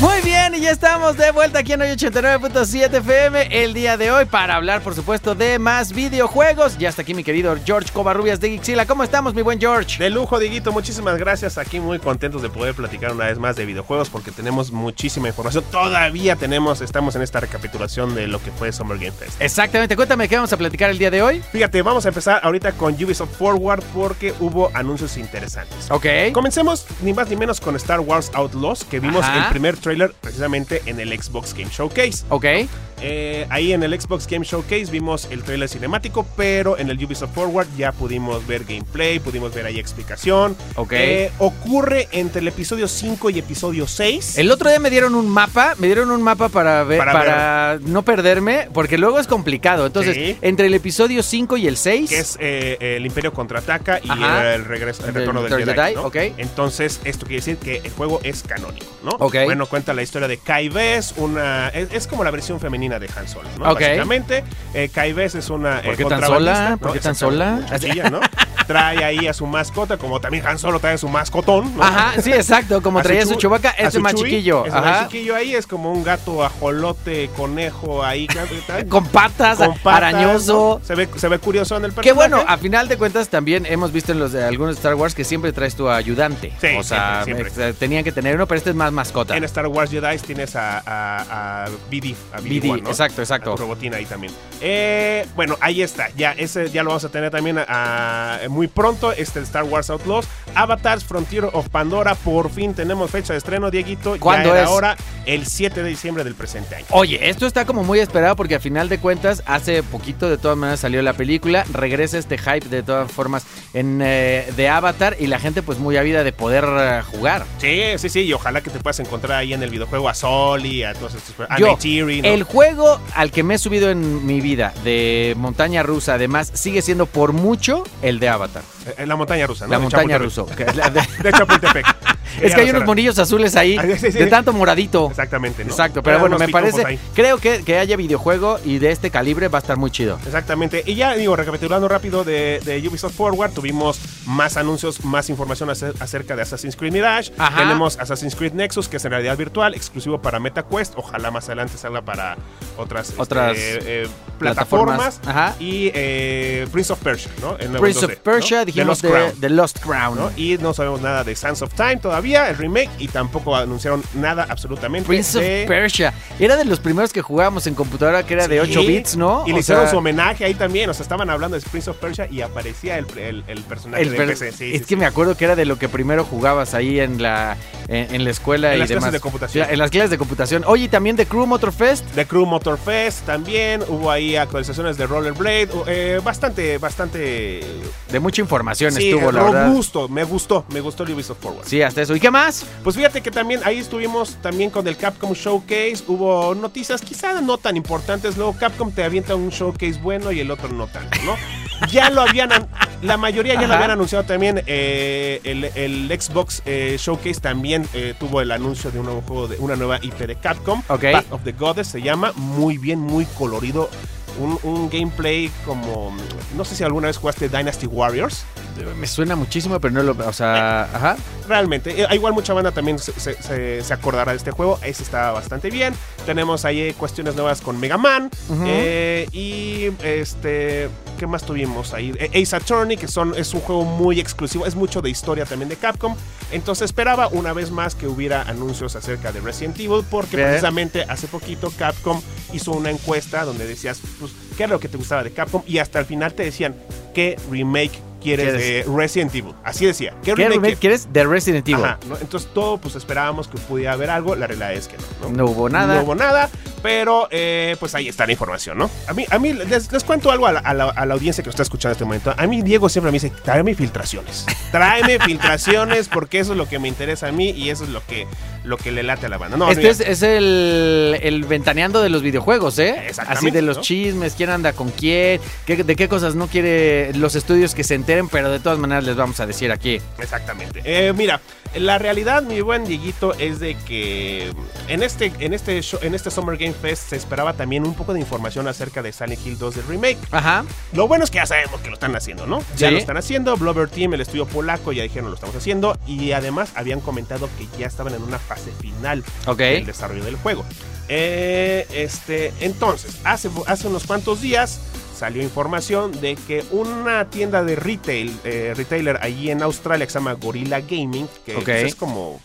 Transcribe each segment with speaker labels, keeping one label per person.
Speaker 1: Muy bien, y ya estamos de vuelta aquí en hoy 89.7 FM el día de hoy para hablar, por supuesto, de más videojuegos. Ya está aquí mi querido George Covarrubias de Gixila. ¿Cómo estamos, mi buen George?
Speaker 2: De lujo, Diguito, muchísimas gracias. Aquí muy contentos de poder platicar una vez más de videojuegos porque tenemos muchísima información. Todavía tenemos, estamos en esta recapitulación de lo que fue Summer Game Fest.
Speaker 1: Exactamente, cuéntame qué vamos a platicar el día de hoy.
Speaker 2: Fíjate, vamos a empezar ahorita con Ubisoft Forward porque hubo anuncios interesantes.
Speaker 1: Ok.
Speaker 2: Comencemos ni más ni menos con Star Wars Outlaws, que vimos
Speaker 1: Ajá.
Speaker 2: el primer trailer precisamente en el Xbox Game Showcase.
Speaker 1: Ok.
Speaker 2: Eh, ahí en el Xbox Game Showcase vimos el trailer cinemático, pero en el Ubisoft Forward ya pudimos ver gameplay, pudimos ver ahí explicación.
Speaker 1: Ok.
Speaker 2: Eh, ocurre entre el episodio 5 y episodio 6.
Speaker 1: El otro día me dieron un mapa, me dieron un mapa para ver, para,
Speaker 2: Para
Speaker 1: no perderme, porque luego es complicado. Entonces,
Speaker 2: Sí.
Speaker 1: entre el episodio 5 y el 6,
Speaker 2: que es eh, el Imperio contraataca y el,
Speaker 1: Ajá.
Speaker 2: regreso,
Speaker 1: Del
Speaker 2: el retorno del
Speaker 1: Return
Speaker 2: Jedi.
Speaker 1: of the Jedi,
Speaker 2: ¿no?
Speaker 1: ok.
Speaker 2: Entonces, esto quiere decir que el juego es canónico, ¿no?
Speaker 1: Ok.
Speaker 2: Bueno, cuenta la historia de Kai Vess, una es, es como la versión femenina de Han Solo, ¿no?
Speaker 1: Ok.
Speaker 2: Básicamente, eh, Kai Vess es una
Speaker 1: ¿Por
Speaker 2: eh,
Speaker 1: qué tan
Speaker 2: contrabandista,
Speaker 1: sola?
Speaker 2: ¿no?
Speaker 1: ¿Por qué tan
Speaker 2: Exactamente,
Speaker 1: sola?
Speaker 2: muchachilla, ¿no? Trae ahí a su mascota, como también Han Solo trae a su mascotón, ¿no?
Speaker 1: Ajá, sí, exacto. Como
Speaker 2: A
Speaker 1: traía su
Speaker 2: chu-
Speaker 1: chubaca,
Speaker 2: a
Speaker 1: es
Speaker 2: su
Speaker 1: más
Speaker 2: Chewie,
Speaker 1: chiquillo.
Speaker 2: Es el más
Speaker 1: Ajá.
Speaker 2: chiquillo ahí, es como un gato ajolote, conejo ahí. tal,
Speaker 1: Con patas,
Speaker 2: con patas,
Speaker 1: arañoso.
Speaker 2: ¿no? Se, ve, se ve curioso en el
Speaker 1: Que
Speaker 2: personaje.
Speaker 1: bueno, a final de cuentas también hemos visto en los de algunos Star Wars que siempre traes tu ayudante.
Speaker 2: Sí,
Speaker 1: o sea,
Speaker 2: siempre, siempre.
Speaker 1: eh, tenían que tener uno, pero este es más mascota.
Speaker 2: En Star Wars Jedi tienes a, a, a BD. A BD-1,
Speaker 1: BD,
Speaker 2: ¿no?
Speaker 1: exacto,
Speaker 2: A tu
Speaker 1: exacto.
Speaker 2: robotín ahí también. Eh, bueno, ahí está. Ya, ese ya lo vamos a tener también a- a- muy pronto. Este Star Wars Outlaws. Avatars Frontier of Pandora. Por fin tenemos fecha de estreno, Dieguito.
Speaker 1: ¿Cuándo
Speaker 2: ya era
Speaker 1: es?
Speaker 2: Ahora, el 7 de diciembre del presente año.
Speaker 1: Oye, esto está como muy esperado porque a final de cuentas hace poquito de todas maneras salió la película, regresa este hype de todas formas en eh, de Avatar y la gente pues muy ávida de poder eh, jugar.
Speaker 2: Sí, sí, sí. Y ojalá que te puedas encontrar ahí en el videojuego a Soli, a todos estos. A
Speaker 1: Yo,
Speaker 2: Neytiri, ¿no?
Speaker 1: El juego al que me he subido en mi vida de montaña rusa, además, sigue siendo por mucho el de Avatar.
Speaker 2: Eh, La montaña rusa, ¿no?
Speaker 1: la
Speaker 2: De
Speaker 1: montaña
Speaker 2: Chapultepec.
Speaker 1: rusa. que es la de-
Speaker 2: De Chapultepec.
Speaker 1: Es
Speaker 2: Ya
Speaker 1: que hay unos
Speaker 2: lo sabrás.
Speaker 1: monillos azules ahí,
Speaker 2: Ah, sí, sí,
Speaker 1: de
Speaker 2: sí.
Speaker 1: tanto moradito.
Speaker 2: Exactamente, ¿no?
Speaker 1: Exacto, pero
Speaker 2: Eran
Speaker 1: bueno,
Speaker 2: unos
Speaker 1: me
Speaker 2: pitufos
Speaker 1: parece,
Speaker 2: ahí.
Speaker 1: creo que, que haya videojuego y de este calibre va a estar muy chido.
Speaker 2: Exactamente. Y ya digo, recapitulando rápido de, de Ubisoft Forward, tuvimos más anuncios, más información ace- acerca de Assassin's Creed Mirage.
Speaker 1: Ajá.
Speaker 2: Tenemos Assassin's Creed Nexus, que es en realidad virtual, exclusivo para MetaQuest. Ojalá más adelante salga para otras, este,
Speaker 1: Otras
Speaker 2: eh, plataformas.
Speaker 1: plataformas. Ajá.
Speaker 2: Y eh, Prince of Persia, ¿no? El nuevo
Speaker 1: Prince
Speaker 2: 2D,
Speaker 1: of Persia,
Speaker 2: ¿no? The
Speaker 1: dijimos
Speaker 2: Lost
Speaker 1: de,
Speaker 2: Crown,
Speaker 1: de Lost Crown.
Speaker 2: ¿no? Y no sabemos nada de Sands of Time todavía, el remake, y tampoco anunciaron nada absolutamente.
Speaker 1: Prince of
Speaker 2: de-
Speaker 1: Persia. Era de los primeros que jugábamos en computadora que era de
Speaker 2: Sí.
Speaker 1: 8 bits, ¿no?
Speaker 2: Y le
Speaker 1: O
Speaker 2: hicieron
Speaker 1: sea,
Speaker 2: su homenaje ahí también. O sea, estaban hablando de Prince of Persia y aparecía el, el- el personaje
Speaker 1: el
Speaker 2: de
Speaker 1: ver-
Speaker 2: PC. Sí,
Speaker 1: es
Speaker 2: sí,
Speaker 1: que
Speaker 2: sí.
Speaker 1: me acuerdo que era de lo que primero jugabas ahí en la, en, en la escuela
Speaker 2: En
Speaker 1: y
Speaker 2: las clases
Speaker 1: demás.
Speaker 2: de computación.
Speaker 1: Ya, En las clases de computación. Oye, y también de Crew Motor Fest.
Speaker 2: The Crew Motor Fest también. Hubo ahí actualizaciones de Rollerblade. u- eh, bastante, bastante.
Speaker 1: De mucha información
Speaker 2: sí,
Speaker 1: estuvo, la verdad.
Speaker 2: robusto. Me gustó. Me gustó el Ubisoft Forward.
Speaker 1: Sí, hasta eso. ¿Y qué más?
Speaker 2: Pues fíjate que también ahí estuvimos también con el Capcom Showcase. Hubo noticias quizás no tan importantes. Luego Capcom te avienta un showcase bueno y el otro no tanto, ¿no? ya lo habían. an- La mayoría ya lo
Speaker 1: Ajá.
Speaker 2: habían anunciado también. eh, el, el Xbox eh, Showcase también eh, tuvo el anuncio de un nuevo juego, de una nueva IP de Capcom.
Speaker 1: Ok.
Speaker 2: Path of the Goddess se llama. Muy bien, muy colorido. Un, un gameplay como. No sé si alguna vez jugaste Dynasty Warriors.
Speaker 1: Me suena muchísimo, pero no lo. O sea,
Speaker 2: Eh,
Speaker 1: ajá.
Speaker 2: Realmente, eh, igual mucha banda también se, se- se- se acordará de este juego. Ese está bastante bien. Tenemos ahí eh, cuestiones nuevas con Mega Man.
Speaker 1: Ujú.
Speaker 2: eh, y este. ¿Qué más tuvimos ahí? Eh, Ace Attorney, que son, es un juego muy exclusivo. Es mucho de historia también de Capcom. Entonces esperaba una vez más que hubiera anuncios acerca de Resident Evil. Porque
Speaker 1: Bien.
Speaker 2: precisamente hace poquito Capcom hizo una encuesta donde decías, pues, ¿qué era lo que te gustaba de Capcom? Y hasta el final te decían, ¿qué remake quieres
Speaker 1: ¿Quieres?
Speaker 2: de Resident Evil? Así decía. ¿Qué,
Speaker 1: ¿Qué
Speaker 2: remake
Speaker 1: remake quieres? De Resident Evil.
Speaker 2: Ajá, ¿no? Entonces todo pues esperábamos que pudiera haber algo, la realidad es que no.
Speaker 1: No hubo nada.
Speaker 2: No hubo nada. Pero eh, pues ahí está la información, ¿no? A mí, a mí les, les cuento algo a la, a la- a la audiencia que nos está escuchando en este momento. A mí Diego siempre me dice, tráeme filtraciones. Tráeme filtraciones porque eso es lo que me interesa a mí y eso es lo que, lo que le late a la banda. No,
Speaker 1: este
Speaker 2: mira,
Speaker 1: es, es el, el ventaneando de los videojuegos, ¿eh?
Speaker 2: Exactamente,
Speaker 1: Así de los
Speaker 2: ¿no?
Speaker 1: chismes, quién anda con quién, qué- de qué cosas no quiere los estudios que se enteren, pero de todas maneras les vamos a decir aquí.
Speaker 2: Exactamente. Eh, mira, la realidad, mi buen Dieguito, es de que en este, en este show- en este Summer Game Fest se esperaba también un poco de información acerca de Silent Hill 2 del remake.
Speaker 1: Ajá.
Speaker 2: Lo bueno es que ya sabemos que lo están haciendo, ¿no? Ya
Speaker 1: Sí.
Speaker 2: lo están haciendo. Blubber Team, el estudio polaco, ya dijeron lo estamos haciendo. Y además habían comentado que ya estaban en una fase final
Speaker 1: Ok.
Speaker 2: del desarrollo del juego. Eh, este, entonces, hace, hace unos cuantos días salió información de que una tienda de retail, eh, retailer allí en Australia que se llama Gorilla Gaming, que
Speaker 1: Ok.
Speaker 2: pues, es como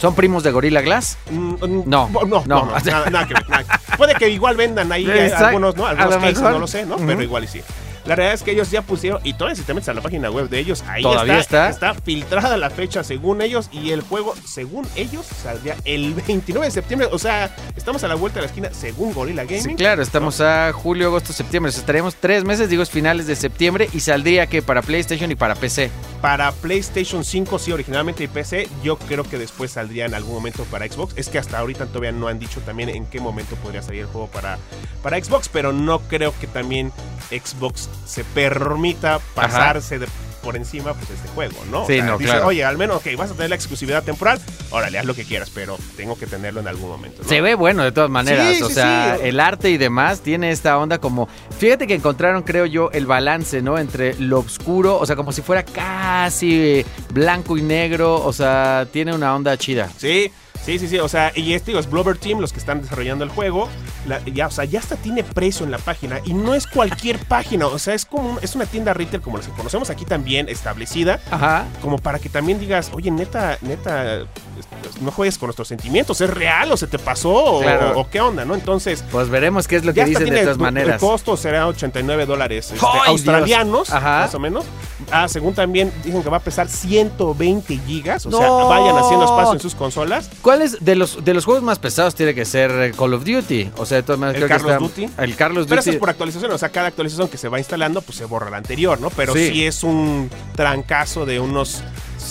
Speaker 1: ¿Son primos de Gorilla Glass?
Speaker 2: Mm, mm,
Speaker 1: No,
Speaker 2: bo- no, no,
Speaker 1: no.
Speaker 2: no, nada, nada que ver, nada que- Puede que igual vendan ahí eh,
Speaker 1: Exacto,
Speaker 2: algunos, ¿no?
Speaker 1: a
Speaker 2: Algunos
Speaker 1: lo
Speaker 2: cases,
Speaker 1: mejor.
Speaker 2: no lo sé, ¿no? Pero
Speaker 1: Ujú.
Speaker 2: igual y sí. La realidad es que ellos ya pusieron, y todavía si te metes a la página web de ellos, ahí
Speaker 1: Todavía
Speaker 2: está,
Speaker 1: está.
Speaker 2: filtrada la fecha según ellos, y el juego, según ellos, saldría el 29 de septiembre. O sea, estamos a la vuelta de la esquina, según Gorilla Gaming.
Speaker 1: Sí, claro, estamos a julio, agosto, septiembre. O sea, estaríamos tres meses, digo, es finales de septiembre y saldría que para PlayStation y para PC.
Speaker 2: Para PlayStation 5, sí, originalmente y PC, yo creo que después saldría en algún momento para Xbox. Es que hasta ahorita todavía no han dicho también en qué momento podría salir el juego para, para Xbox, pero no creo que también Xbox se permita pasarse de por encima pues, este juego, ¿no?
Speaker 1: Sí, no,
Speaker 2: dice,
Speaker 1: claro.
Speaker 2: Oye, al menos, ok, vas a tener la exclusividad temporal, órale, haz lo que quieras, pero tengo que tenerlo en algún momento. ¿no?
Speaker 1: Se ve bueno de todas maneras,
Speaker 2: Sí,
Speaker 1: o
Speaker 2: sí,
Speaker 1: sea,
Speaker 2: sí.
Speaker 1: el arte y demás tiene esta onda como, fíjate que encontraron, creo yo, el balance, ¿no? Entre lo oscuro, o sea, como si fuera casi blanco y negro, o sea, tiene una onda chida.
Speaker 2: Sí, sí, sí, sí. O sea, y este digo, es Blubber Team, los que están desarrollando el juego. La- ya, o sea, ya hasta tiene precio en la página. Y no es cualquier página. O sea, es como un- es una tienda retail como las que conocemos aquí también, establecida.
Speaker 1: Ajá.
Speaker 2: Como para que también digas, oye, neta, neta, es- no juegues con nuestros sentimientos. ¿Es real o se te pasó? O,
Speaker 1: Claro.
Speaker 2: o qué onda, ¿no? Entonces.
Speaker 1: Pues veremos qué es lo que
Speaker 2: ya hasta
Speaker 1: dicen
Speaker 2: tiene
Speaker 1: de todas
Speaker 2: el-
Speaker 1: maneras.
Speaker 2: El costo será 89 dólares este,
Speaker 1: ¡Ay,
Speaker 2: australianos,
Speaker 1: Dios! Ajá.
Speaker 2: más o menos. Ah, según también dicen que va a pesar 120 gigas. O sea,
Speaker 1: ¡No!
Speaker 2: vayan haciendo espacio en sus consolas.
Speaker 1: ¿Cuál es de los de los juegos más pesados tiene que ser eh, Call of Duty? O sea, de todas maneras
Speaker 2: ¿El
Speaker 1: creo
Speaker 2: Carlos
Speaker 1: que está-
Speaker 2: Duty?
Speaker 1: el Carlos
Speaker 2: Pero eso
Speaker 1: Duty.
Speaker 2: es por actualización, o sea, cada actualización que se va instalando, pues se borra la anterior, ¿no? Pero sí,
Speaker 1: Sí.
Speaker 2: es un trancazo de unos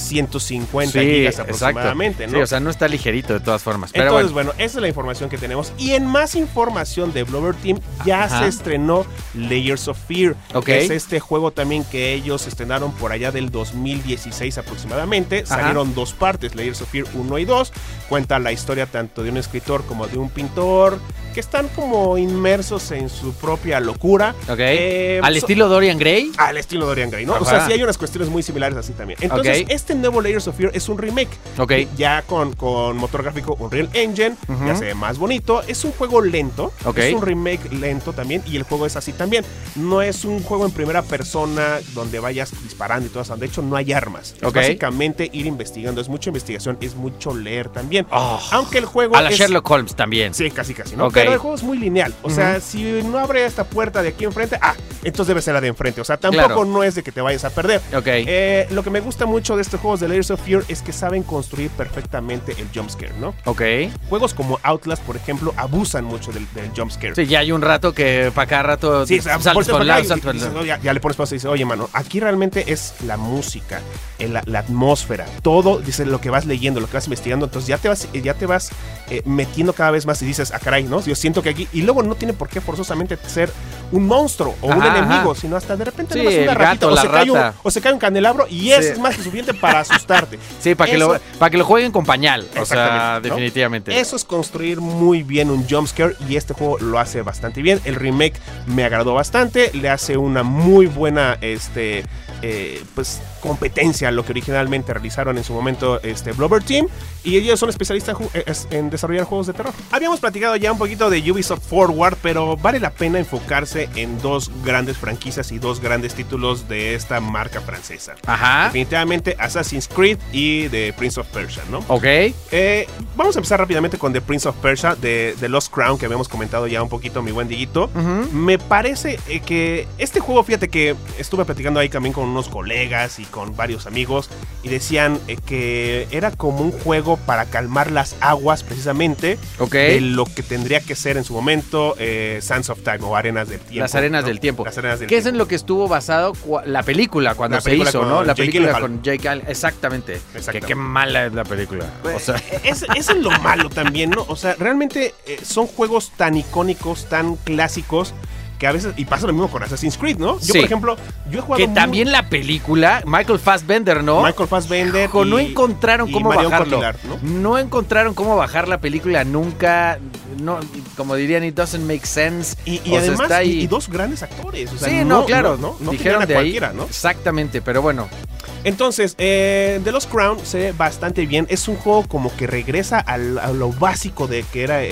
Speaker 2: 150
Speaker 1: Sí,
Speaker 2: gigas
Speaker 1: exacto.
Speaker 2: aproximadamente, ¿no?
Speaker 1: Sí, o sea, no está ligerito de todas formas, pero
Speaker 2: Entonces,
Speaker 1: bueno.
Speaker 2: bueno. esa es la información que tenemos. Y en más información de Blover Team, ya
Speaker 1: Ajá.
Speaker 2: se estrenó Layers of Fear.
Speaker 1: Ok.
Speaker 2: que es este juego también que ellos estrenaron por allá del 2016 aproximadamente.
Speaker 1: Ajá.
Speaker 2: Salieron dos partes, Layers of Fear 1 y 2. Cuenta la historia tanto de un escritor como de un pintor que están como inmersos en su propia locura.
Speaker 1: Ok.
Speaker 2: Eh,
Speaker 1: Al
Speaker 2: so-
Speaker 1: estilo Dorian Gray.
Speaker 2: al estilo Dorian Gray, ¿no? O sea,
Speaker 1: Ajá.
Speaker 2: sí hay unas cuestiones muy similares así también. Entonces,
Speaker 1: Ok.
Speaker 2: este nuevo Layers of Fear es un remake.
Speaker 1: Ok.
Speaker 2: Ya con, con motor gráfico Unreal Engine,
Speaker 1: Ujú.
Speaker 2: ya se ve más bonito. Es un juego lento.
Speaker 1: Ok.
Speaker 2: Es un remake lento también. Y el juego es así también. No es un juego en primera persona donde vayas disparando y todo eso. De hecho, no hay armas. Es
Speaker 1: Ok.
Speaker 2: básicamente ir investigando. Es mucha investigación, es mucho leer también.
Speaker 1: Oh.
Speaker 2: Aunque el juego.
Speaker 1: A la
Speaker 2: es-
Speaker 1: Sherlock Holmes también.
Speaker 2: Sí, casi casi, ¿no?
Speaker 1: Ok.
Speaker 2: Pero el juego es muy lineal. O sea, si no abre esta puerta de aquí enfrente, ah, entonces debe ser la de enfrente. O sea, tampoco
Speaker 1: Claro.
Speaker 2: no es de que te vayas a perder.
Speaker 1: Ok.
Speaker 2: Eh, lo que me gusta mucho de estos juegos de Layers of Fear es que saben construir perfectamente el jumpscare, ¿no?
Speaker 1: Ok.
Speaker 2: Juegos como Outlast, por ejemplo, abusan mucho del, del jumpscare.
Speaker 1: Sí, ya hay un rato que para cada rato
Speaker 2: Sí, o sea,
Speaker 1: saltas
Speaker 2: volteas
Speaker 1: por
Speaker 2: para
Speaker 1: un
Speaker 2: acá
Speaker 1: lado,
Speaker 2: y
Speaker 1: saltas por el
Speaker 2: dices,
Speaker 1: otro.
Speaker 2: "No, ya, ya le pones pausa y dices, oye, mano, aquí realmente es la música, el- la, la atmósfera, todo, dice lo que vas leyendo, lo que vas investigando, entonces ya te vas, ya te vas eh, metiendo cada vez más y dices, ah, caray, ¿no? Yo siento que aquí, y luego no tiene por qué forzosamente ser un monstruo o un
Speaker 1: Ajá, ajá.
Speaker 2: enemigo, sino hasta de repente
Speaker 1: Sí,
Speaker 2: nomás
Speaker 1: el
Speaker 2: ratita,
Speaker 1: gato,
Speaker 2: o,
Speaker 1: la
Speaker 2: se cae un,
Speaker 1: rata.
Speaker 2: o se cae un candelabro y eso es más que suficiente para asustarte.
Speaker 1: Sí, para que,
Speaker 2: Eso-
Speaker 1: lo, para que lo jueguen con pañal. O sea,
Speaker 2: Exactamente, ¿no?
Speaker 1: definitivamente.
Speaker 2: Eso es construir muy bien un jumpscare y este juego lo hace bastante bien. El remake me agradó bastante, le hace una muy buena este, eh, pues, competencia a lo que originalmente realizaron en su momento este, Blubber Team. Y ellos son especialistas en ju- eh, es- en desarrollar juegos de terror. Habíamos platicado ya un poquito de Ubisoft Forward, pero vale la pena enfocarse en dos grandes franquicias y dos grandes títulos de esta marca francesa.
Speaker 1: Ajá.
Speaker 2: Definitivamente Assassin's Creed y The Prince of Persia, ¿no?
Speaker 1: Ok.
Speaker 2: Eh, vamos a empezar rápidamente con The Prince of Persia de, de Lost Crown, que habíamos comentado ya un poquito, mi buen Diguito.
Speaker 1: Ujú.
Speaker 2: Me parece eh, que este juego, fíjate que estuve platicando ahí también con con unos colegas y con varios amigos y decían eh, que era como un juego para calmar las aguas precisamente
Speaker 1: Ok.
Speaker 2: de lo que tendría que ser en su momento eh, Sands of Time o Arenas del Tiempo.
Speaker 1: Las arenas
Speaker 2: ¿no?
Speaker 1: del tiempo.
Speaker 2: Las Arenas del
Speaker 1: ¿Qué es
Speaker 2: Tiempo.
Speaker 1: en lo que estuvo basado cua- la película cuando
Speaker 2: La
Speaker 1: se
Speaker 2: película
Speaker 1: hizo,
Speaker 2: con
Speaker 1: ¿no? La
Speaker 2: Jake
Speaker 1: película
Speaker 2: Gyllenhaal.
Speaker 1: con Jake Al- Exactamente. Que
Speaker 2: Exactamente.
Speaker 1: qué mala es la película. O sea,
Speaker 2: Pues, e-, es, eso es lo malo también, ¿no? O sea, realmente eh, son juegos tan icónicos, tan clásicos, que a veces. Y pasa lo mismo con Assassin's Creed, ¿no? Yo,
Speaker 1: Sí.
Speaker 2: por ejemplo, yo he jugado.
Speaker 1: que
Speaker 2: muy-
Speaker 1: también la película, Michael Fassbender, ¿no?
Speaker 2: Michael Fassbender.
Speaker 1: Hijo, no
Speaker 2: y-
Speaker 1: encontraron
Speaker 2: y
Speaker 1: cómo
Speaker 2: Marion
Speaker 1: bajarlo.
Speaker 2: Cotillard, ¿no?
Speaker 1: ¿no? encontraron cómo bajar la película nunca. No, como dirían, it doesn't make sense.
Speaker 2: Y,
Speaker 1: O
Speaker 2: y
Speaker 1: sea,
Speaker 2: además,
Speaker 1: está ahí.
Speaker 2: y, y dos grandes actores. o sea,
Speaker 1: sí, no, claro.
Speaker 2: No, no, no
Speaker 1: dijeron
Speaker 2: tenían a
Speaker 1: de ahí.
Speaker 2: cualquiera, ¿no?
Speaker 1: Exactamente, pero bueno.
Speaker 2: Entonces, eh, The Lost Crown se ve bastante bien. Es un juego como que regresa al- a lo básico de que era eh,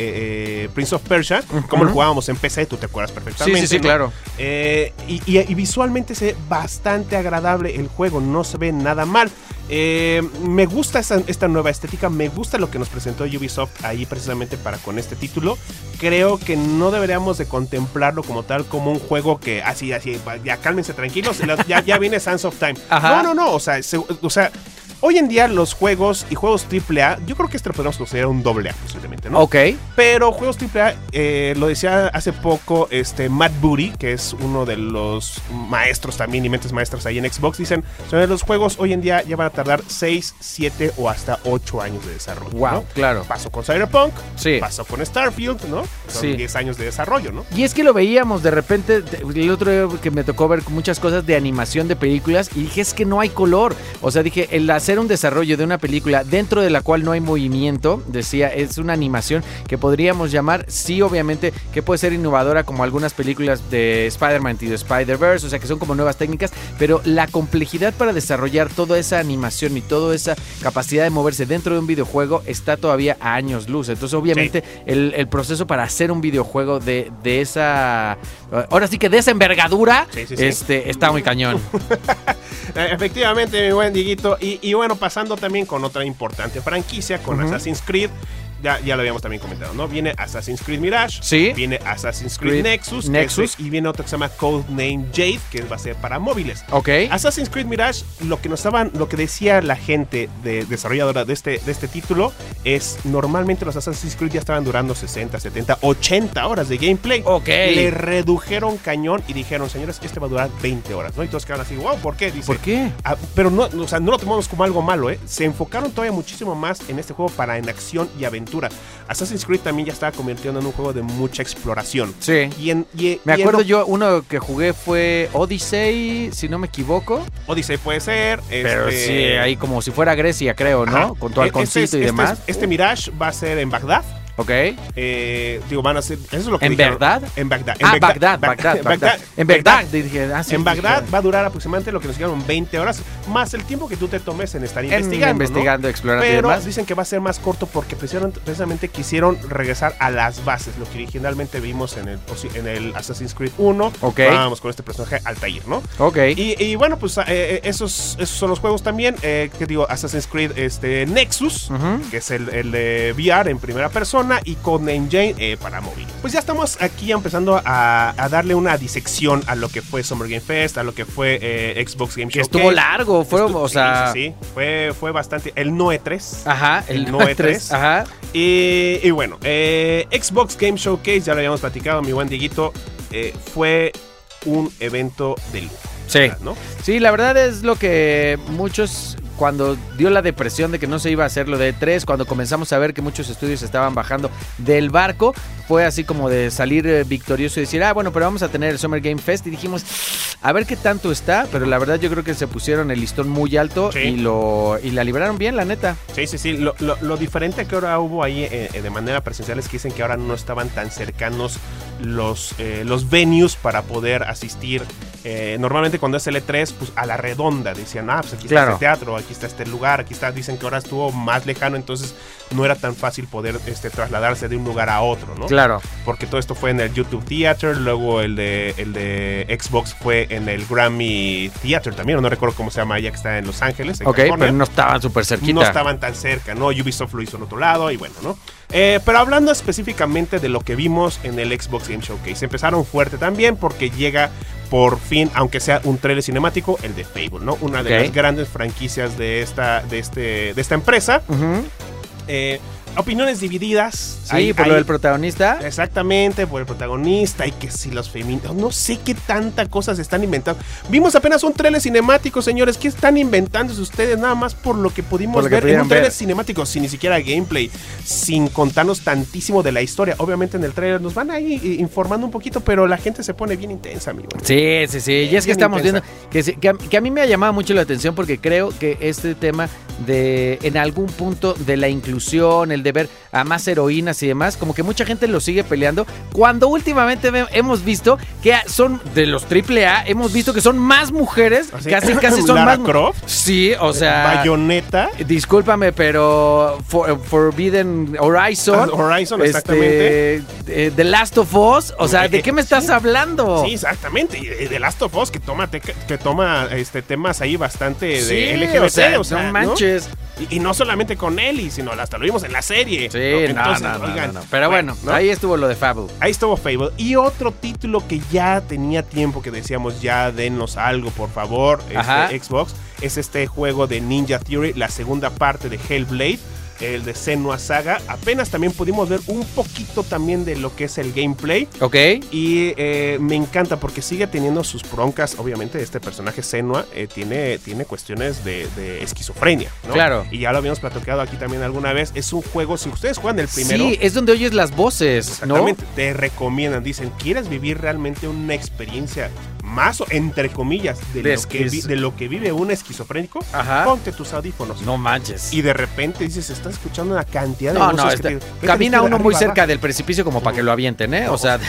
Speaker 2: eh, Prince of Persia, como lo jugábamos en PC, tú te acuerdas
Speaker 1: Sí,
Speaker 2: perfectamente.
Speaker 1: sí, sí,
Speaker 2: ¿no?
Speaker 1: claro.
Speaker 2: Eh, y, y- y visualmente se ve bastante agradable el juego, no se ve nada mal. Eh, me gusta esa- esta nueva estética, me gusta lo que nos presentó Ubisoft ahí precisamente para con este título. Creo que no deberíamos de contemplarlo como tal, como un juego que así, así, ya cálmense tranquilos, la- ya, ya viene Sands of Time.
Speaker 1: Ajá.
Speaker 2: No, no, no, o sea, se- o sea, hoy en día los juegos y juegos AAA, yo creo que este lo podemos considerar un doble A posiblemente, ¿no?
Speaker 1: Ok.
Speaker 2: Pero juegos AAA, eh, lo decía hace poco este Matt Booty, que es uno de los maestros también y mentes maestras ahí en Xbox, dicen, señores, los juegos hoy en día ya van a tardar 6, 7 o hasta 8 años de desarrollo.
Speaker 1: Wow,
Speaker 2: ¿no?
Speaker 1: claro.
Speaker 2: Pasó con Cyberpunk,
Speaker 1: Sí.
Speaker 2: pasó con Starfield, ¿no? Son
Speaker 1: Sí.
Speaker 2: 10 años de desarrollo, ¿no?
Speaker 1: Y es que lo veíamos de repente, te- el otro día que me tocó ver muchas cosas de animación de películas y dije es que no hay color. O sea, dije, el hacer un desarrollo de una película dentro de la cual no hay movimiento, decía, es una animación que podríamos llamar, sí, obviamente, que puede ser innovadora como algunas películas de Spider-Man y de Spider-Verse, o sea, que son como nuevas técnicas, pero la complejidad para desarrollar toda esa animación y toda esa capacidad de moverse dentro de un videojuego está todavía a años luz. Entonces, obviamente, el, el proceso para hacer un videojuego de, de esa. Ahora sí que de esa envergadura,
Speaker 2: Sí, sí, sí.
Speaker 1: este está muy cañón.
Speaker 2: Eh, Efectivamente, mi buen Dieguito. Y, y bueno, pasando también con otra importante franquicia, con
Speaker 1: Ujú.
Speaker 2: Assassin's Creed. Ya, ya lo habíamos también comentado, ¿no? Viene Assassin's Creed Mirage.
Speaker 1: Sí.
Speaker 2: Viene Assassin's
Speaker 1: Creed
Speaker 2: Creed, Nexus.
Speaker 1: Nexus.
Speaker 2: ese, y viene otro que se llama Codename Jade, que va a ser para móviles.
Speaker 1: ok.
Speaker 2: Assassin's Creed Mirage, lo que nos daban, lo que decía la gente de, desarrolladora de este, de este título es normalmente los Assassin's Creed ya estaban durando 60, 70, 80 horas de gameplay.
Speaker 1: Ok.
Speaker 2: Le redujeron cañón y dijeron, señores, este va a durar 20 horas, ¿no? Y todos quedaron así, wow, ¿por qué? Dice,
Speaker 1: ¿Por qué?
Speaker 2: Ah, pero no, o sea, no lo tomamos como algo malo, ¿eh? Se enfocaron todavía muchísimo más en este juego para en acción y aventura. Assassin's Creed también ya estaba convirtiendo en un juego de mucha exploración.
Speaker 1: Sí.
Speaker 2: Y en, y-
Speaker 1: Me
Speaker 2: y en
Speaker 1: acuerdo
Speaker 2: lo-
Speaker 1: yo, uno que jugué fue Odyssey, si no me equivoco.
Speaker 2: Odyssey puede ser.
Speaker 1: Pero
Speaker 2: este-
Speaker 1: sí, ahí como si fuera Grecia, creo, ¿no?
Speaker 2: Ajá.
Speaker 1: Con tu
Speaker 2: Eh,
Speaker 1: halconcito
Speaker 2: este es-
Speaker 1: y
Speaker 2: este
Speaker 1: demás.
Speaker 2: es- este Mirage va a ser en Bagdad.
Speaker 1: ok.
Speaker 2: Eh, digo, van a ser. Eso es lo que
Speaker 1: ¿En
Speaker 2: dijeron.
Speaker 1: verdad?
Speaker 2: En Bagdad. En
Speaker 1: Ah, Bagdad,
Speaker 2: Ba-
Speaker 1: Bagdad,
Speaker 2: en
Speaker 1: Bagdad. En Bagdad, dije, ah, sí,
Speaker 2: En Bagdad
Speaker 1: dije,
Speaker 2: va a durar aproximadamente lo que nos dijeron 20 horas, más el tiempo que tú te tomes en estar
Speaker 1: en-
Speaker 2: investigando. ¿no?
Speaker 1: investigando, explorando y
Speaker 2: Pero
Speaker 1: demás.
Speaker 2: dicen que va a ser más corto porque precisamente- precisamente quisieron regresar a las bases, lo que originalmente vimos en el, en el Assassin's Creed 1.
Speaker 1: Ok.
Speaker 2: Vamos con este personaje Altair, ¿no?
Speaker 1: Ok.
Speaker 2: Y, y bueno, pues eh, eh, esos, esos son los juegos también. Eh, que digo, Assassin's Creed este, Nexus,
Speaker 1: Ujú.
Speaker 2: que es el, el de VR en primera persona, y Codename Jane eh, para móvil. Pues ya estamos aquí empezando a, a darle una disección a lo que fue Summer Game Fest, a lo que fue eh, Xbox Game
Speaker 1: Que
Speaker 2: Show.
Speaker 1: estuvo largo, fueron, o sea.
Speaker 2: Sí, sí, sí. Fue, fue bastante. El Noe3.
Speaker 1: Ajá, el
Speaker 2: El
Speaker 1: 93.
Speaker 2: 93.
Speaker 1: Ajá.
Speaker 2: Y, y bueno, eh, Xbox Game Showcase, ya lo habíamos platicado, mi buen Dieguito, eh, fue un evento de lujo.
Speaker 1: Sí.
Speaker 2: ¿no?
Speaker 1: Sí, la verdad es lo que muchos cuando dio la depresión de que no se iba a hacer lo de E3, cuando comenzamos a ver que muchos estudios estaban bajando del barco, fue así como de salir eh, victorioso y decir, ah, bueno, pero vamos a tener el Summer Game Fest y dijimos, a ver qué tanto está, pero la verdad yo creo que se pusieron el listón muy alto
Speaker 2: Sí.
Speaker 1: y lo y la libraron bien, la neta.
Speaker 2: Sí, sí, sí. Lo, lo- lo diferente que ahora hubo ahí eh, eh, de manera presencial es que dicen que ahora no estaban tan cercanos los, eh, los venues para poder asistir. Eh, normalmente cuando es L3, pues a la redonda decían, ah, pues aquí
Speaker 1: Claro.
Speaker 2: está este teatro, aquí está este lugar, aquí está. Dicen que ahora estuvo más lejano, entonces no era tan fácil poder este, trasladarse de un lugar a otro, ¿no?
Speaker 1: Claro.
Speaker 2: Porque todo esto fue en el YouTube Theater, luego el de, el de Xbox fue en el Grammy Theater también, no recuerdo cómo se llama ya que está en Los Ángeles. En
Speaker 1: Ok,
Speaker 2: California.
Speaker 1: pero no estaban súper cerquita.
Speaker 2: No estaban tan cerca, ¿no? Ubisoft lo hizo en otro lado y bueno, ¿no? Eh, pero hablando específicamente de lo que vimos en el Xbox Game Showcase, empezaron fuerte también porque llega por fin, aunque sea un trailer cinemático, el de Fable, ¿no? Una de
Speaker 1: Ok.
Speaker 2: las grandes franquicias de esta, de este, de esta empresa.
Speaker 1: Ujú.
Speaker 2: Eh, opiniones divididas.
Speaker 1: Sí,
Speaker 2: Hay-
Speaker 1: por lo
Speaker 2: hay-
Speaker 1: del protagonista.
Speaker 2: Exactamente, por el protagonista y que si los feministas. No sé qué tanta cosa se están inventando. Vimos apenas un trailer cinemático, señores. ¿Qué están inventándose ustedes? Nada más por lo que pudimos
Speaker 1: Por lo que
Speaker 2: ver en
Speaker 1: pudieron
Speaker 2: un trailer
Speaker 1: ver.
Speaker 2: cinemático, sin ni siquiera gameplay, sin contarnos tantísimo de la historia. Obviamente en el trailer nos van ahí eh, informando un poquito, pero la gente se pone bien intensa, amigo.
Speaker 1: Sí, sí, sí. Y es que
Speaker 2: bien
Speaker 1: estamos
Speaker 2: intensa.
Speaker 1: viendo que, se- que, a, que a mí me ha llamado mucho la atención porque creo que este tema de en algún punto de la inclusión, el de ver a más heroínas y demás, como que mucha gente lo sigue peleando. Cuando últimamente ve- hemos visto que a- son de los AAA, hemos visto que son más mujeres,
Speaker 2: Así-
Speaker 1: casi casi son
Speaker 2: ¿Ah, Lara
Speaker 1: más. mu-
Speaker 2: Croft,
Speaker 1: Sí, o sea.
Speaker 2: Bayonetta.
Speaker 1: Discúlpame, pero For- eh, Forbidden Horizon.
Speaker 2: Ah, Horizon,
Speaker 1: este,
Speaker 2: exactamente.
Speaker 1: eh, The Last of Us. O sea, ¿de
Speaker 2: Eh,
Speaker 1: qué me
Speaker 2: sí.
Speaker 1: estás hablando?
Speaker 2: Sí, exactamente. Y de- de Last of Us que toma, teca- que toma este, temas ahí bastante de
Speaker 1: Sí,
Speaker 2: LGBT.
Speaker 1: o sea,
Speaker 2: o sea,
Speaker 1: no manches.
Speaker 2: Y, y no solamente con Ellie, sino hasta lo vimos en la serie.
Speaker 1: Sí,
Speaker 2: ¿no?
Speaker 1: no,
Speaker 2: Entonces,
Speaker 1: no, no,
Speaker 2: oigan,
Speaker 1: no, no. Pero bueno,
Speaker 2: ¿no?
Speaker 1: ahí estuvo lo de Fable.
Speaker 2: Ahí estuvo Fable. Y otro título que ya tenía tiempo que decíamos, ya denos algo, por favor, este,
Speaker 1: Ajá.
Speaker 2: Xbox, es este juego de Ninja Theory, la segunda parte de Hellblade, el de Senua Saga. Apenas también pudimos ver un poquito también de lo que es el gameplay.
Speaker 1: ¿Ok?
Speaker 2: Y eh, me encanta porque sigue teniendo sus broncas. Obviamente, este personaje Senua eh, tiene, tiene cuestiones de, de esquizofrenia, ¿no?
Speaker 1: Claro.
Speaker 2: Y ya lo habíamos platicado aquí también alguna vez. Es un juego, si ustedes juegan el primero.
Speaker 1: Sí, es donde oyes las voces, ¿no?
Speaker 2: Exactamente, te recomiendan, dicen, ¿quieres vivir realmente una experiencia más, o- entre comillas, de,
Speaker 1: De
Speaker 2: lo, que vi-
Speaker 1: esquiz-
Speaker 2: de lo que vive un esquizofrénico?
Speaker 1: Ajá.
Speaker 2: Ponte tus audífonos.
Speaker 1: No manches.
Speaker 2: Y de repente dices, estás escuchando una cantidad de
Speaker 1: no, no,
Speaker 2: voces
Speaker 1: está-
Speaker 2: que te- vete a la
Speaker 1: camina
Speaker 2: izquierda,
Speaker 1: uno muy
Speaker 2: arriba,
Speaker 1: cerca del precipicio como para que lo avienten, ¿eh? O sea,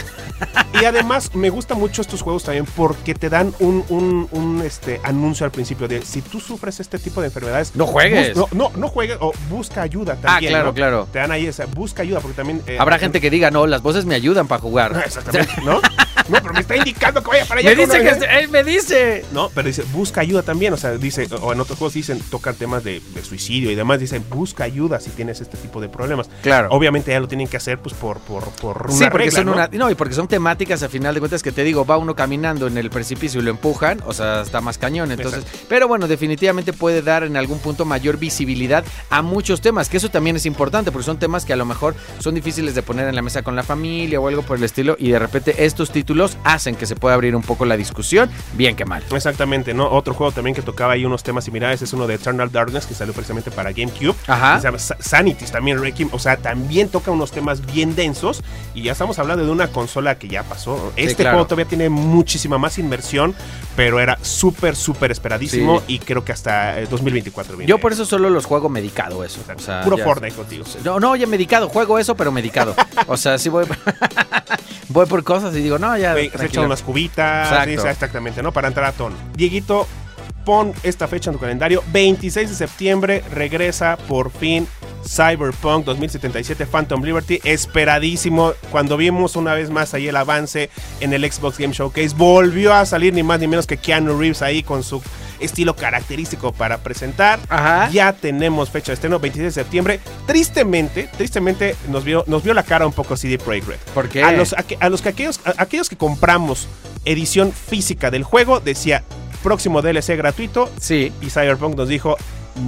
Speaker 2: Y además me gustan mucho estos juegos también porque te dan un, un- un, este, anuncio al principio de si tú sufres este tipo de enfermedades...
Speaker 1: No juegues. Ah,
Speaker 2: bus- No, no, no juegues o busca ayuda también.
Speaker 1: claro,
Speaker 2: ¿no?
Speaker 1: claro.
Speaker 2: Te dan ahí esa, busca ayuda porque también... eh,
Speaker 1: habrá gente que diga, no, las voces me ayudan para jugar.
Speaker 2: Exactamente, ¿no? No, pero me está indicando que vaya para allá.
Speaker 1: me
Speaker 2: ¿no?
Speaker 1: dice
Speaker 2: ¿No?
Speaker 1: que... ¡Él me dice!
Speaker 2: No, pero dice, busca ayuda también. O sea, dice, o en otros juegos dicen, tocan temas de, de suicidio y demás. Dicen, busca ayuda si tienes este tipo de problemas.
Speaker 1: Claro.
Speaker 2: Obviamente ya lo tienen que hacer, pues, por, por, por una
Speaker 1: Sí, porque
Speaker 2: regla,
Speaker 1: son
Speaker 2: ¿no?
Speaker 1: una- no, y porque son temáticas a final de cuentas que te digo, va uno caminando en el precipicio y lo empujan, o sea, está más cañón. Entonces, pero bueno, definitivamente puede dar en algún punto mayor visibilidad a muchos temas, que eso también es importante, porque son temas que a lo mejor son difíciles de poner en la mesa con la familia o algo por el estilo, y de repente estos títulos hacen que se pueda abrir un poco la discusión, bien que mal.
Speaker 2: Exactamente, ¿no? Otro juego también que tocaba ahí unos temas similares es uno de Eternal Darkness que salió precisamente para GameCube.
Speaker 1: Ajá.
Speaker 2: Se llama Sa- Sanities también, Requiem. O sea, también toca unos temas bien densos. Y ya estamos hablando de una consola que ya pasó. Este
Speaker 1: claro.
Speaker 2: juego todavía tiene muchísima más inversión, pero era súper, súper esperadísimo.
Speaker 1: Sí.
Speaker 2: Y creo que hasta eh, 2024 viene.
Speaker 1: Yo por eso solo los juego medicado, eso.
Speaker 2: Exacto.
Speaker 1: o sea,
Speaker 2: Puro
Speaker 1: ya-
Speaker 2: Fortnite contigo.
Speaker 1: No, no, ya medicado, juego eso, pero medicado. O sea, sí voy, voy por cosas y digo, no, ya.
Speaker 2: Güey, Se
Speaker 1: tranquilo.
Speaker 2: echan unas cubitas,
Speaker 1: Exacto.
Speaker 2: dice, exactamente, ¿no? Para entrar a tono. Dieguito, pon esta fecha en tu calendario. 26 de septiembre regresa por fin Cyberpunk 2077 Phantom Liberty. Esperadísimo. Cuando vimos una vez más ahí el avance en el Xbox Game Showcase, volvió a salir ni más ni menos que Keanu Reeves ahí con su estilo característico para presentar.
Speaker 1: Ajá.
Speaker 2: Ya tenemos fecha de estreno, 26 de septiembre. Tristemente, tristemente nos vio, nos vio la cara un poco CD Projekt Red.
Speaker 1: ¿Por qué?
Speaker 2: A los, a que, a los que aquellos, a- aquellos que compramos edición física del juego decía próximo DLC gratuito
Speaker 1: Sí,
Speaker 2: y Cyberpunk nos dijo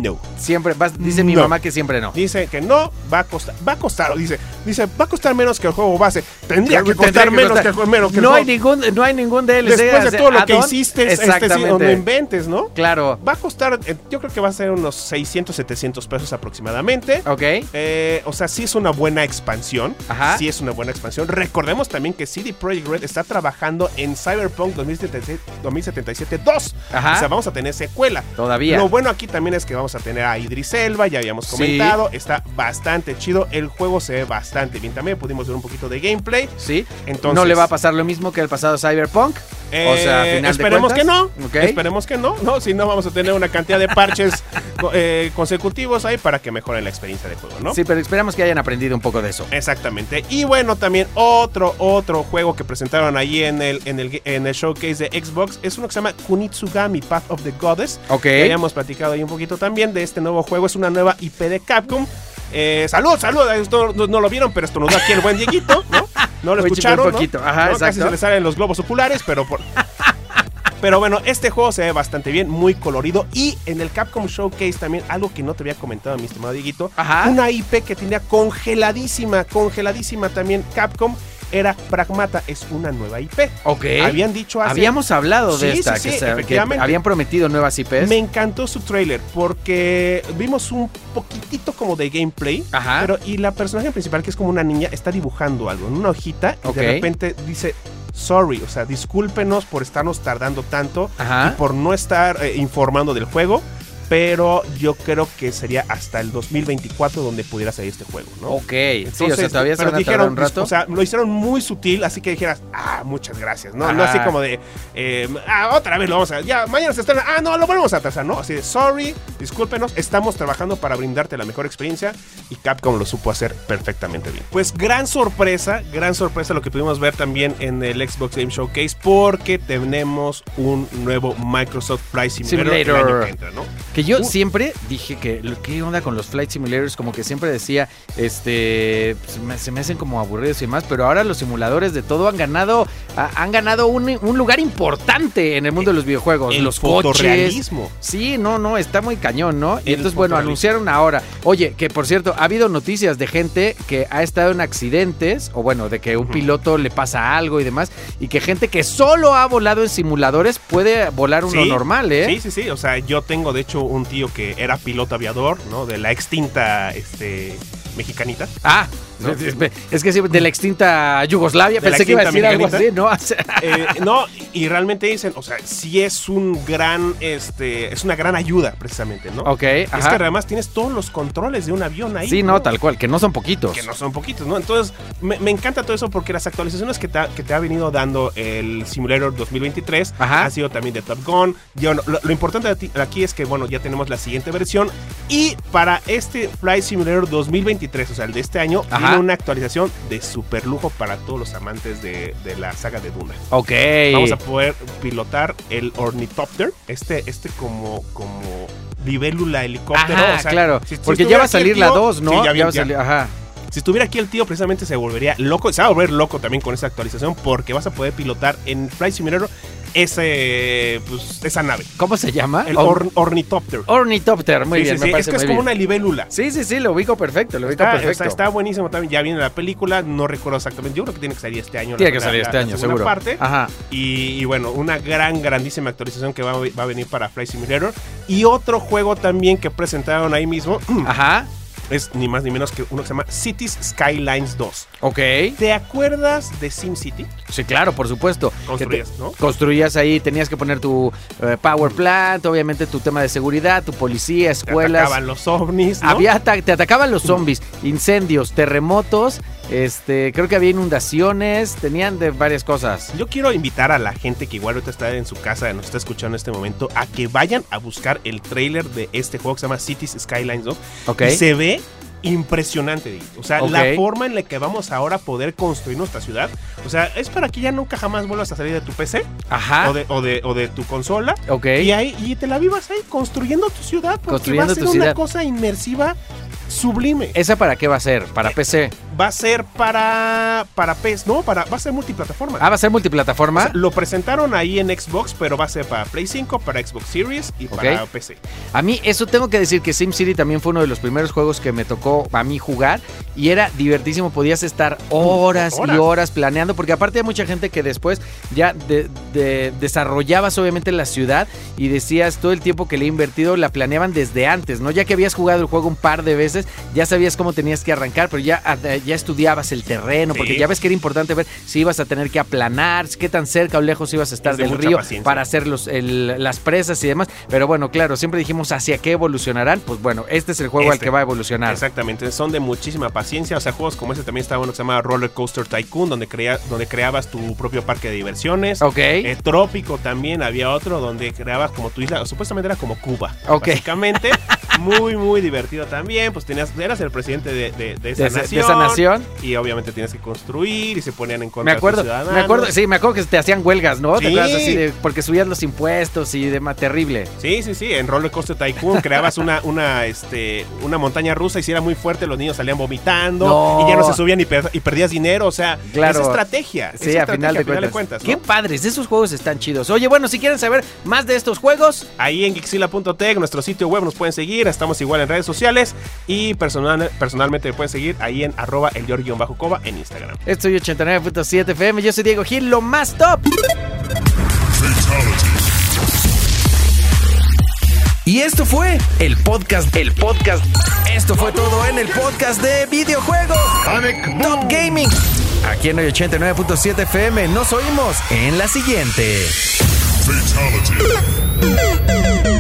Speaker 2: no.
Speaker 1: siempre. vas- dice mi
Speaker 2: No.
Speaker 1: mamá que siempre no.
Speaker 2: Dice que no, va a costar, va a costar, dice, dice, va a costar menos que el juego base. Tendría que
Speaker 1: Tendría
Speaker 2: costar menos
Speaker 1: costar.
Speaker 2: que el juego. menos que el
Speaker 1: no, hay
Speaker 2: juego.
Speaker 1: ningún, no hay ningún DLC.
Speaker 2: Después de todo lo que
Speaker 1: add-on.
Speaker 2: hiciste, este, sí,
Speaker 1: Exactamente.
Speaker 2: no inventes, ¿no?
Speaker 1: claro.
Speaker 2: Va a costar, eh, yo creo que va a ser unos 600, 700 pesos aproximadamente.
Speaker 1: Ok.
Speaker 2: Eh, o sea, sí es una buena expansión.
Speaker 1: Ajá.
Speaker 2: Sí es una buena expansión. Recordemos también que CD Projekt Red está trabajando en Cyberpunk 2077, 2077 2.
Speaker 1: Ajá.
Speaker 2: O sea, vamos a tener secuela.
Speaker 1: Todavía.
Speaker 2: Lo bueno aquí también es que vamos a tener a Idris Elba, ya habíamos
Speaker 1: Sí.
Speaker 2: comentado. Está bastante chido. El juego se ve bastante bien. También pudimos ver un poquito de gameplay.
Speaker 1: sí.
Speaker 2: Entonces-
Speaker 1: no le va a pasar lo mismo que el pasado Cyberpunk.
Speaker 2: Eh,
Speaker 1: O sea, a final de
Speaker 2: esperemos que no.
Speaker 1: cuentas, ok.
Speaker 2: Esperemos que no, ¿no? Si no, vamos a tener una cantidad de parches co- eh, consecutivos ahí para que mejoren la experiencia de juego, ¿no?
Speaker 1: Sí, pero esperamos que hayan aprendido un poco de eso.
Speaker 2: Exactamente. Y bueno, también otro, otro juego que presentaron ahí en el, en el, en el showcase de Xbox es uno que se llama Kunitsugami Path of the Goddess.
Speaker 1: Ok.
Speaker 2: Que habíamos platicado ahí un poquito también de este nuevo juego. Es una nueva IP de Capcom. Eh, salud, salud. Ay, No, no- no lo vieron, pero estornudó aquí el buen Dieguito, ¿no? No lo
Speaker 1: Muy
Speaker 2: escucharon.
Speaker 1: chico,
Speaker 2: ¿no?
Speaker 1: poquito. Ajá,
Speaker 2: ¿no? Casi
Speaker 1: exacto.
Speaker 2: se le salen los globos oculares, pero por. Pero bueno, este juego se ve bastante bien, muy colorido. Y en el Capcom Showcase también, algo que no te había comentado, mi estimado Dieguito,
Speaker 1: Ajá.
Speaker 2: una IP que tenía congeladísima, congeladísima también Capcom, era Pragmata, es una nueva IP.
Speaker 1: Ok.
Speaker 2: Habían dicho hace...
Speaker 1: Habíamos hablado de
Speaker 2: Sí, sí,
Speaker 1: esta,
Speaker 2: sí,
Speaker 1: que se- que,
Speaker 2: efectivamente.
Speaker 1: habían prometido nuevas IPs.
Speaker 2: Me encantó su trailer porque vimos un poquitito como de gameplay.
Speaker 1: Ajá.
Speaker 2: Pero y la personaje principal, que es como una niña, está dibujando algo en una hojita y
Speaker 1: Ok.
Speaker 2: de repente dice, sorry, o sea, discúlpenos por estarnos tardando tanto
Speaker 1: Ajá.
Speaker 2: y por no estar eh, informando del juego. Pero yo creo que sería hasta el 2024 donde pudiera salir este juego, ¿no?
Speaker 1: Ok. sí, o sea,
Speaker 2: Entonces,
Speaker 1: todavía se
Speaker 2: pero
Speaker 1: van a tardar un
Speaker 2: dis-
Speaker 1: rato.
Speaker 2: O sea, lo hicieron muy sutil, así que dijeras, ah, muchas gracias, ¿no? No
Speaker 1: Ajá.
Speaker 2: así como de, eh, ah, otra vez lo vamos a, ya, mañana se estrena, ah, no, lo volvemos a atrasar, ¿no? Así de, sorry, discúlpenos, estamos trabajando para brindarte la mejor experiencia y Capcom lo supo hacer perfectamente bien. Pues gran sorpresa, gran sorpresa lo que pudimos ver también en el Xbox Game Showcase, porque tenemos un nuevo Microsoft Flight Simulator, el
Speaker 1: Simulator.
Speaker 2: año que entra, ¿no?
Speaker 1: Que yo
Speaker 2: Uh.
Speaker 1: siempre dije que lo- qué onda con los flight simulators, como que siempre decía, este, se me, se me hacen como aburridos y demás, pero ahora los simuladores de todo han ganado, ah, han ganado un, un lugar importante en el mundo de los videojuegos,
Speaker 2: el
Speaker 1: los coches.
Speaker 2: fotorrealismo.
Speaker 1: Sí, no, no, está muy cañón, ¿no? Y
Speaker 2: El
Speaker 1: entonces, bueno,
Speaker 2: fotorrealismo.
Speaker 1: anunciaron ahora. Oye, que por cierto, ha habido noticias de gente que ha estado en accidentes, o bueno, de que un piloto le pasa algo y demás, y que gente que solo ha volado en simuladores puede volar uno
Speaker 2: Sí,
Speaker 1: normal, ¿eh?
Speaker 2: Sí, sí, sí. O sea, yo tengo de hecho un tío que era piloto aviador, ¿no? De la extinta este, mexicanita.
Speaker 1: Ah,
Speaker 2: ¿No?
Speaker 1: es- es- es que sí, de la extinta Yugoslavia,
Speaker 2: De la
Speaker 1: pensé que iba a decir
Speaker 2: extinta
Speaker 1: algo así, ¿no?
Speaker 2: Eh, no, y realmente dicen, o sea, sí es un gran, este, es una gran ayuda precisamente, ¿no?
Speaker 1: ok,
Speaker 2: Es que
Speaker 1: ajá.
Speaker 2: además tienes todos los controles de un avión ahí.
Speaker 1: Sí, no, tal cual, que no son poquitos.
Speaker 2: que no son poquitos, ¿no? Entonces, me, me encanta todo eso porque las actualizaciones que te, ha, que te ha venido dando el Simulator 2023
Speaker 1: Ajá.
Speaker 2: ha sido también de Top Gun. Yo no- lo, lo importante de ti- aquí es que, bueno, ya tenemos la siguiente versión. Y para este Flight Simulator 2023, o sea, el de este año,
Speaker 1: Ajá.
Speaker 2: viene una actualización de super lujo para todos los amantes de, de la saga de Duna.
Speaker 1: Ok.
Speaker 2: Vamos a poder pilotar el Ornithopter, este, este como, como libélula helicóptero.
Speaker 1: Ajá,
Speaker 2: o sea,
Speaker 1: claro.
Speaker 2: si- si
Speaker 1: Porque ya va
Speaker 2: estuviera
Speaker 1: a
Speaker 2: aquí el
Speaker 1: salir la
Speaker 2: tío-
Speaker 1: 2, ¿no?
Speaker 2: Sí,
Speaker 1: ya,
Speaker 2: ya, vi-
Speaker 1: va a
Speaker 2: ya-
Speaker 1: salir, ajá.
Speaker 2: si estuviera aquí el tío, precisamente se volvería loco. Se va a volver loco también con esa actualización porque vas a poder pilotar en Flight Simulator ese, pues, esa nave.
Speaker 1: ¿Cómo se llama?
Speaker 2: El
Speaker 1: Or-
Speaker 2: orn- Ornithopter.
Speaker 1: Ornithopter, oh. muy
Speaker 2: Sí,
Speaker 1: bien,
Speaker 2: sí,
Speaker 1: me
Speaker 2: sí, Es
Speaker 1: parece
Speaker 2: que es
Speaker 1: muy
Speaker 2: como
Speaker 1: bien.
Speaker 2: una libélula.
Speaker 1: Sí, sí, sí, lo ubico perfecto, lo ubico
Speaker 2: Está,
Speaker 1: perfecto.
Speaker 2: está- está buenísimo también. Ya viene la película, no recuerdo exactamente. Yo creo que tiene que salir este año. la-
Speaker 1: Tiene que
Speaker 2: la-
Speaker 1: salir
Speaker 2: la-
Speaker 1: este
Speaker 2: la
Speaker 1: año,
Speaker 2: segunda
Speaker 1: seguro.
Speaker 2: parte.
Speaker 1: Ajá.
Speaker 2: Y, y bueno, una gran, grandísima actualización que va, a- va a venir para Flight Simulator. Y otro juego también que presentaron ahí mismo
Speaker 1: Ajá.
Speaker 2: es ni más ni menos que uno que se llama Cities Skylines 2.
Speaker 1: Ok.
Speaker 2: ¿Te acuerdas de SimCity?
Speaker 1: Sí, claro, por supuesto. Que te-
Speaker 2: Construías, ¿no?
Speaker 1: construías ahí, tenías que poner tu eh, power plant, obviamente tu tema de seguridad, tu policía,
Speaker 2: Te
Speaker 1: escuelas,
Speaker 2: atacaban los ovnis, ¿no?
Speaker 1: Había ata- te atacaban los zombies, incendios, terremotos, este, creo que había inundaciones, tenían de varias cosas.
Speaker 2: Yo quiero invitar a la gente que igual ahorita está en su casa, nos está escuchando en este momento, a que vayan a buscar el trailer de este juego que se llama Cities Skylines 2.
Speaker 1: Ok.
Speaker 2: Y se ve impresionante, Didi. O sea,
Speaker 1: Ok.
Speaker 2: la forma en la que vamos ahora a poder construir nuestra ciudad. O sea, es para que ya nunca jamás vuelvas a salir de tu PC
Speaker 1: Ajá.
Speaker 2: o, de, o, de, o de tu consola.
Speaker 1: Ah. ok.
Speaker 2: Y, ahí, y te la vivas ahí construyendo tu ciudad porque va
Speaker 1: Construyendo
Speaker 2: a ser
Speaker 1: tu
Speaker 2: una
Speaker 1: ciudad.
Speaker 2: cosa inmersiva sublime.
Speaker 1: ¿Esa para qué va a ser? Para PC.
Speaker 2: va a ser para para PES, no, para va a ser multiplataforma.
Speaker 1: Ah, va a ser
Speaker 2: O
Speaker 1: multiplataforma.
Speaker 2: sea, lo presentaron ahí en Xbox, pero va a ser para Play 5, para Xbox Series y para
Speaker 1: Ok.
Speaker 2: PC.
Speaker 1: A mí eso tengo que decir que SimCity también fue uno de los primeros juegos que me tocó a mí jugar y era divertísimo, podías estar horas,
Speaker 2: Horas.
Speaker 1: y horas planeando, porque aparte hay mucha gente que después ya de- de- desarrollabas obviamente la ciudad y decías todo el tiempo que le he invertido, la planeaban desde antes, ¿no? Ya que habías jugado el juego un par de veces, ya sabías cómo tenías que arrancar, pero ya, a- ya ya estudiabas el terreno, porque ya ves que era importante ver si ibas a tener que aplanar, qué tan cerca o lejos ibas a estar
Speaker 2: Es de
Speaker 1: del
Speaker 2: mucha
Speaker 1: río
Speaker 2: paciencia.
Speaker 1: para hacer los, el- las presas y demás. Pero bueno, claro, siempre dijimos hacia qué evolucionarán. Pues bueno, este es el juego al
Speaker 2: Este.
Speaker 1: que va a evolucionar.
Speaker 2: Exactamente, son de muchísima paciencia. O sea, juegos como este también estaba uno que se llamaba Roller Coaster Tycoon, donde, crea- donde creabas tu propio parque de diversiones.
Speaker 1: Ok.
Speaker 2: Eh, Trópico también había otro donde creabas como tu isla, supuestamente era como Cuba.
Speaker 1: Ok.
Speaker 2: Básicamente, muy, muy divertido también. Pues tenías, eras el presidente de, de- de esa
Speaker 1: De esa-
Speaker 2: nación.
Speaker 1: de esa nación.
Speaker 2: Y obviamente tienes que construir y se ponían en
Speaker 1: Me
Speaker 2: contra
Speaker 1: acuerdo,
Speaker 2: de tus
Speaker 1: me acuerdo, sí, me acuerdo que te hacían huelgas, ¿no? ¿Te
Speaker 2: Sí.
Speaker 1: acuerdas así de- porque subías los impuestos y demás, terrible.
Speaker 2: Sí, sí, sí, en Roller Coaster Tycoon creabas una, una, este, una montaña rusa y si era muy fuerte los niños salían vomitando
Speaker 1: No.
Speaker 2: y ya no se subían y, per- y perdías dinero, o sea,
Speaker 1: Claro.
Speaker 2: es estrategia. es
Speaker 1: Sí, a
Speaker 2: estrategia,
Speaker 1: final de cuentas. Qué
Speaker 2: ¿no?
Speaker 1: padres, esos juegos están chidos. Oye, bueno, si quieren saber más de estos juegos,
Speaker 2: Ahí en Gixila.tech, nuestro sitio web, nos pueden seguir, estamos igual en redes sociales y personal, personalmente me pueden seguir ahí en arroba el George-Coba en Instagram.
Speaker 1: estoy 89.7 FM, yo soy Diego Gil, lo más top.
Speaker 3: Y esto fue el podcast, el podcast. Esto fue todo en el podcast de videojuegos. Top Gaming. Aquí en el 89.7 FM nos oímos en la siguiente.
Speaker 4: Fatality.